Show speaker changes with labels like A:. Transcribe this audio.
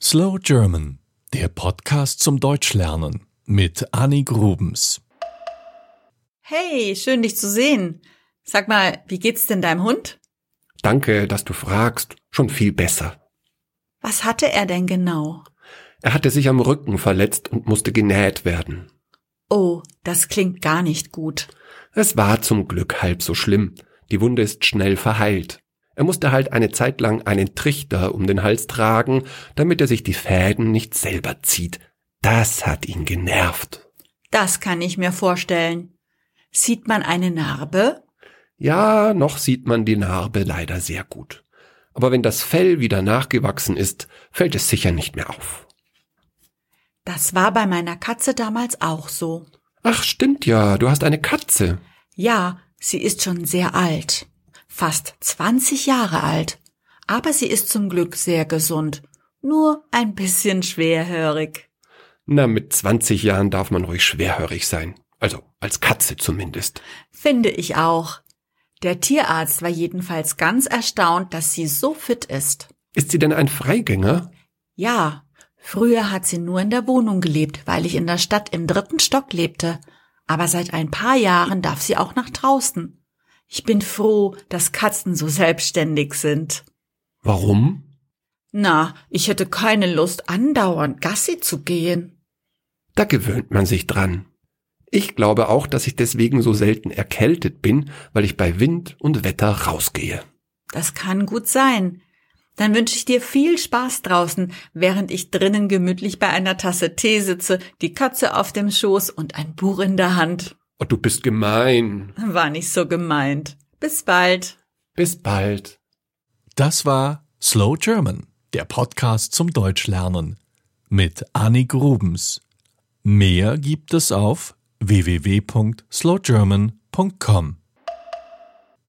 A: Slow German, der Podcast zum Deutschlernen mit Anni Grubens.
B: Hey, schön dich zu sehen. Sag mal, wie geht's denn deinem Hund?
C: Danke, dass du fragst. Schon viel besser.
B: Was hatte er denn genau?
C: Er hatte sich am Rücken verletzt und musste genäht werden.
B: Oh, das klingt gar nicht gut.
C: Es war zum Glück halb so schlimm. Die Wunde ist schnell verheilt. Er musste halt eine Zeit lang einen Trichter um den Hals tragen, damit er sich die Fäden nicht selber zieht. Das hat ihn genervt.
B: Das kann ich mir vorstellen. Sieht man eine Narbe?
C: Ja, noch sieht man die Narbe leider sehr gut. Aber wenn das Fell wieder nachgewachsen ist, fällt es sicher nicht mehr auf.
B: Das war bei meiner Katze damals auch so.
C: Ach, stimmt ja, du hast eine Katze.
B: Ja, sie ist schon sehr alt. Fast 20 Jahre alt. Aber sie ist zum Glück sehr gesund. Nur ein bisschen schwerhörig.
C: Na, mit 20 Jahren darf man ruhig schwerhörig sein. Also als Katze zumindest.
B: Finde ich auch. Der Tierarzt war jedenfalls ganz erstaunt, dass sie so fit ist.
C: Ist sie denn ein Freigänger?
B: Ja, früher hat sie nur in der Wohnung gelebt, weil ich in der Stadt im dritten Stock lebte. Aber seit ein paar Jahren darf sie auch nach draußen. Ich bin froh, dass Katzen so selbstständig sind.
C: Warum?
B: Na, ich hätte keine Lust, andauernd Gassi zu gehen.
C: Da gewöhnt man sich dran. Ich glaube auch, dass ich deswegen so selten erkältet bin, weil ich bei Wind und Wetter rausgehe.
B: Das kann gut sein. Dann wünsche ich dir viel Spaß draußen, während ich drinnen gemütlich bei einer Tasse Tee sitze, die Katze auf dem Schoß und ein Buch in der Hand.
C: Oh, du bist gemein.
B: War nicht so gemeint. Bis bald.
C: Bis bald.
A: Das war Slow German, der Podcast zum Deutschlernen mit Anni Grubens. Mehr gibt es auf www.slowgerman.com.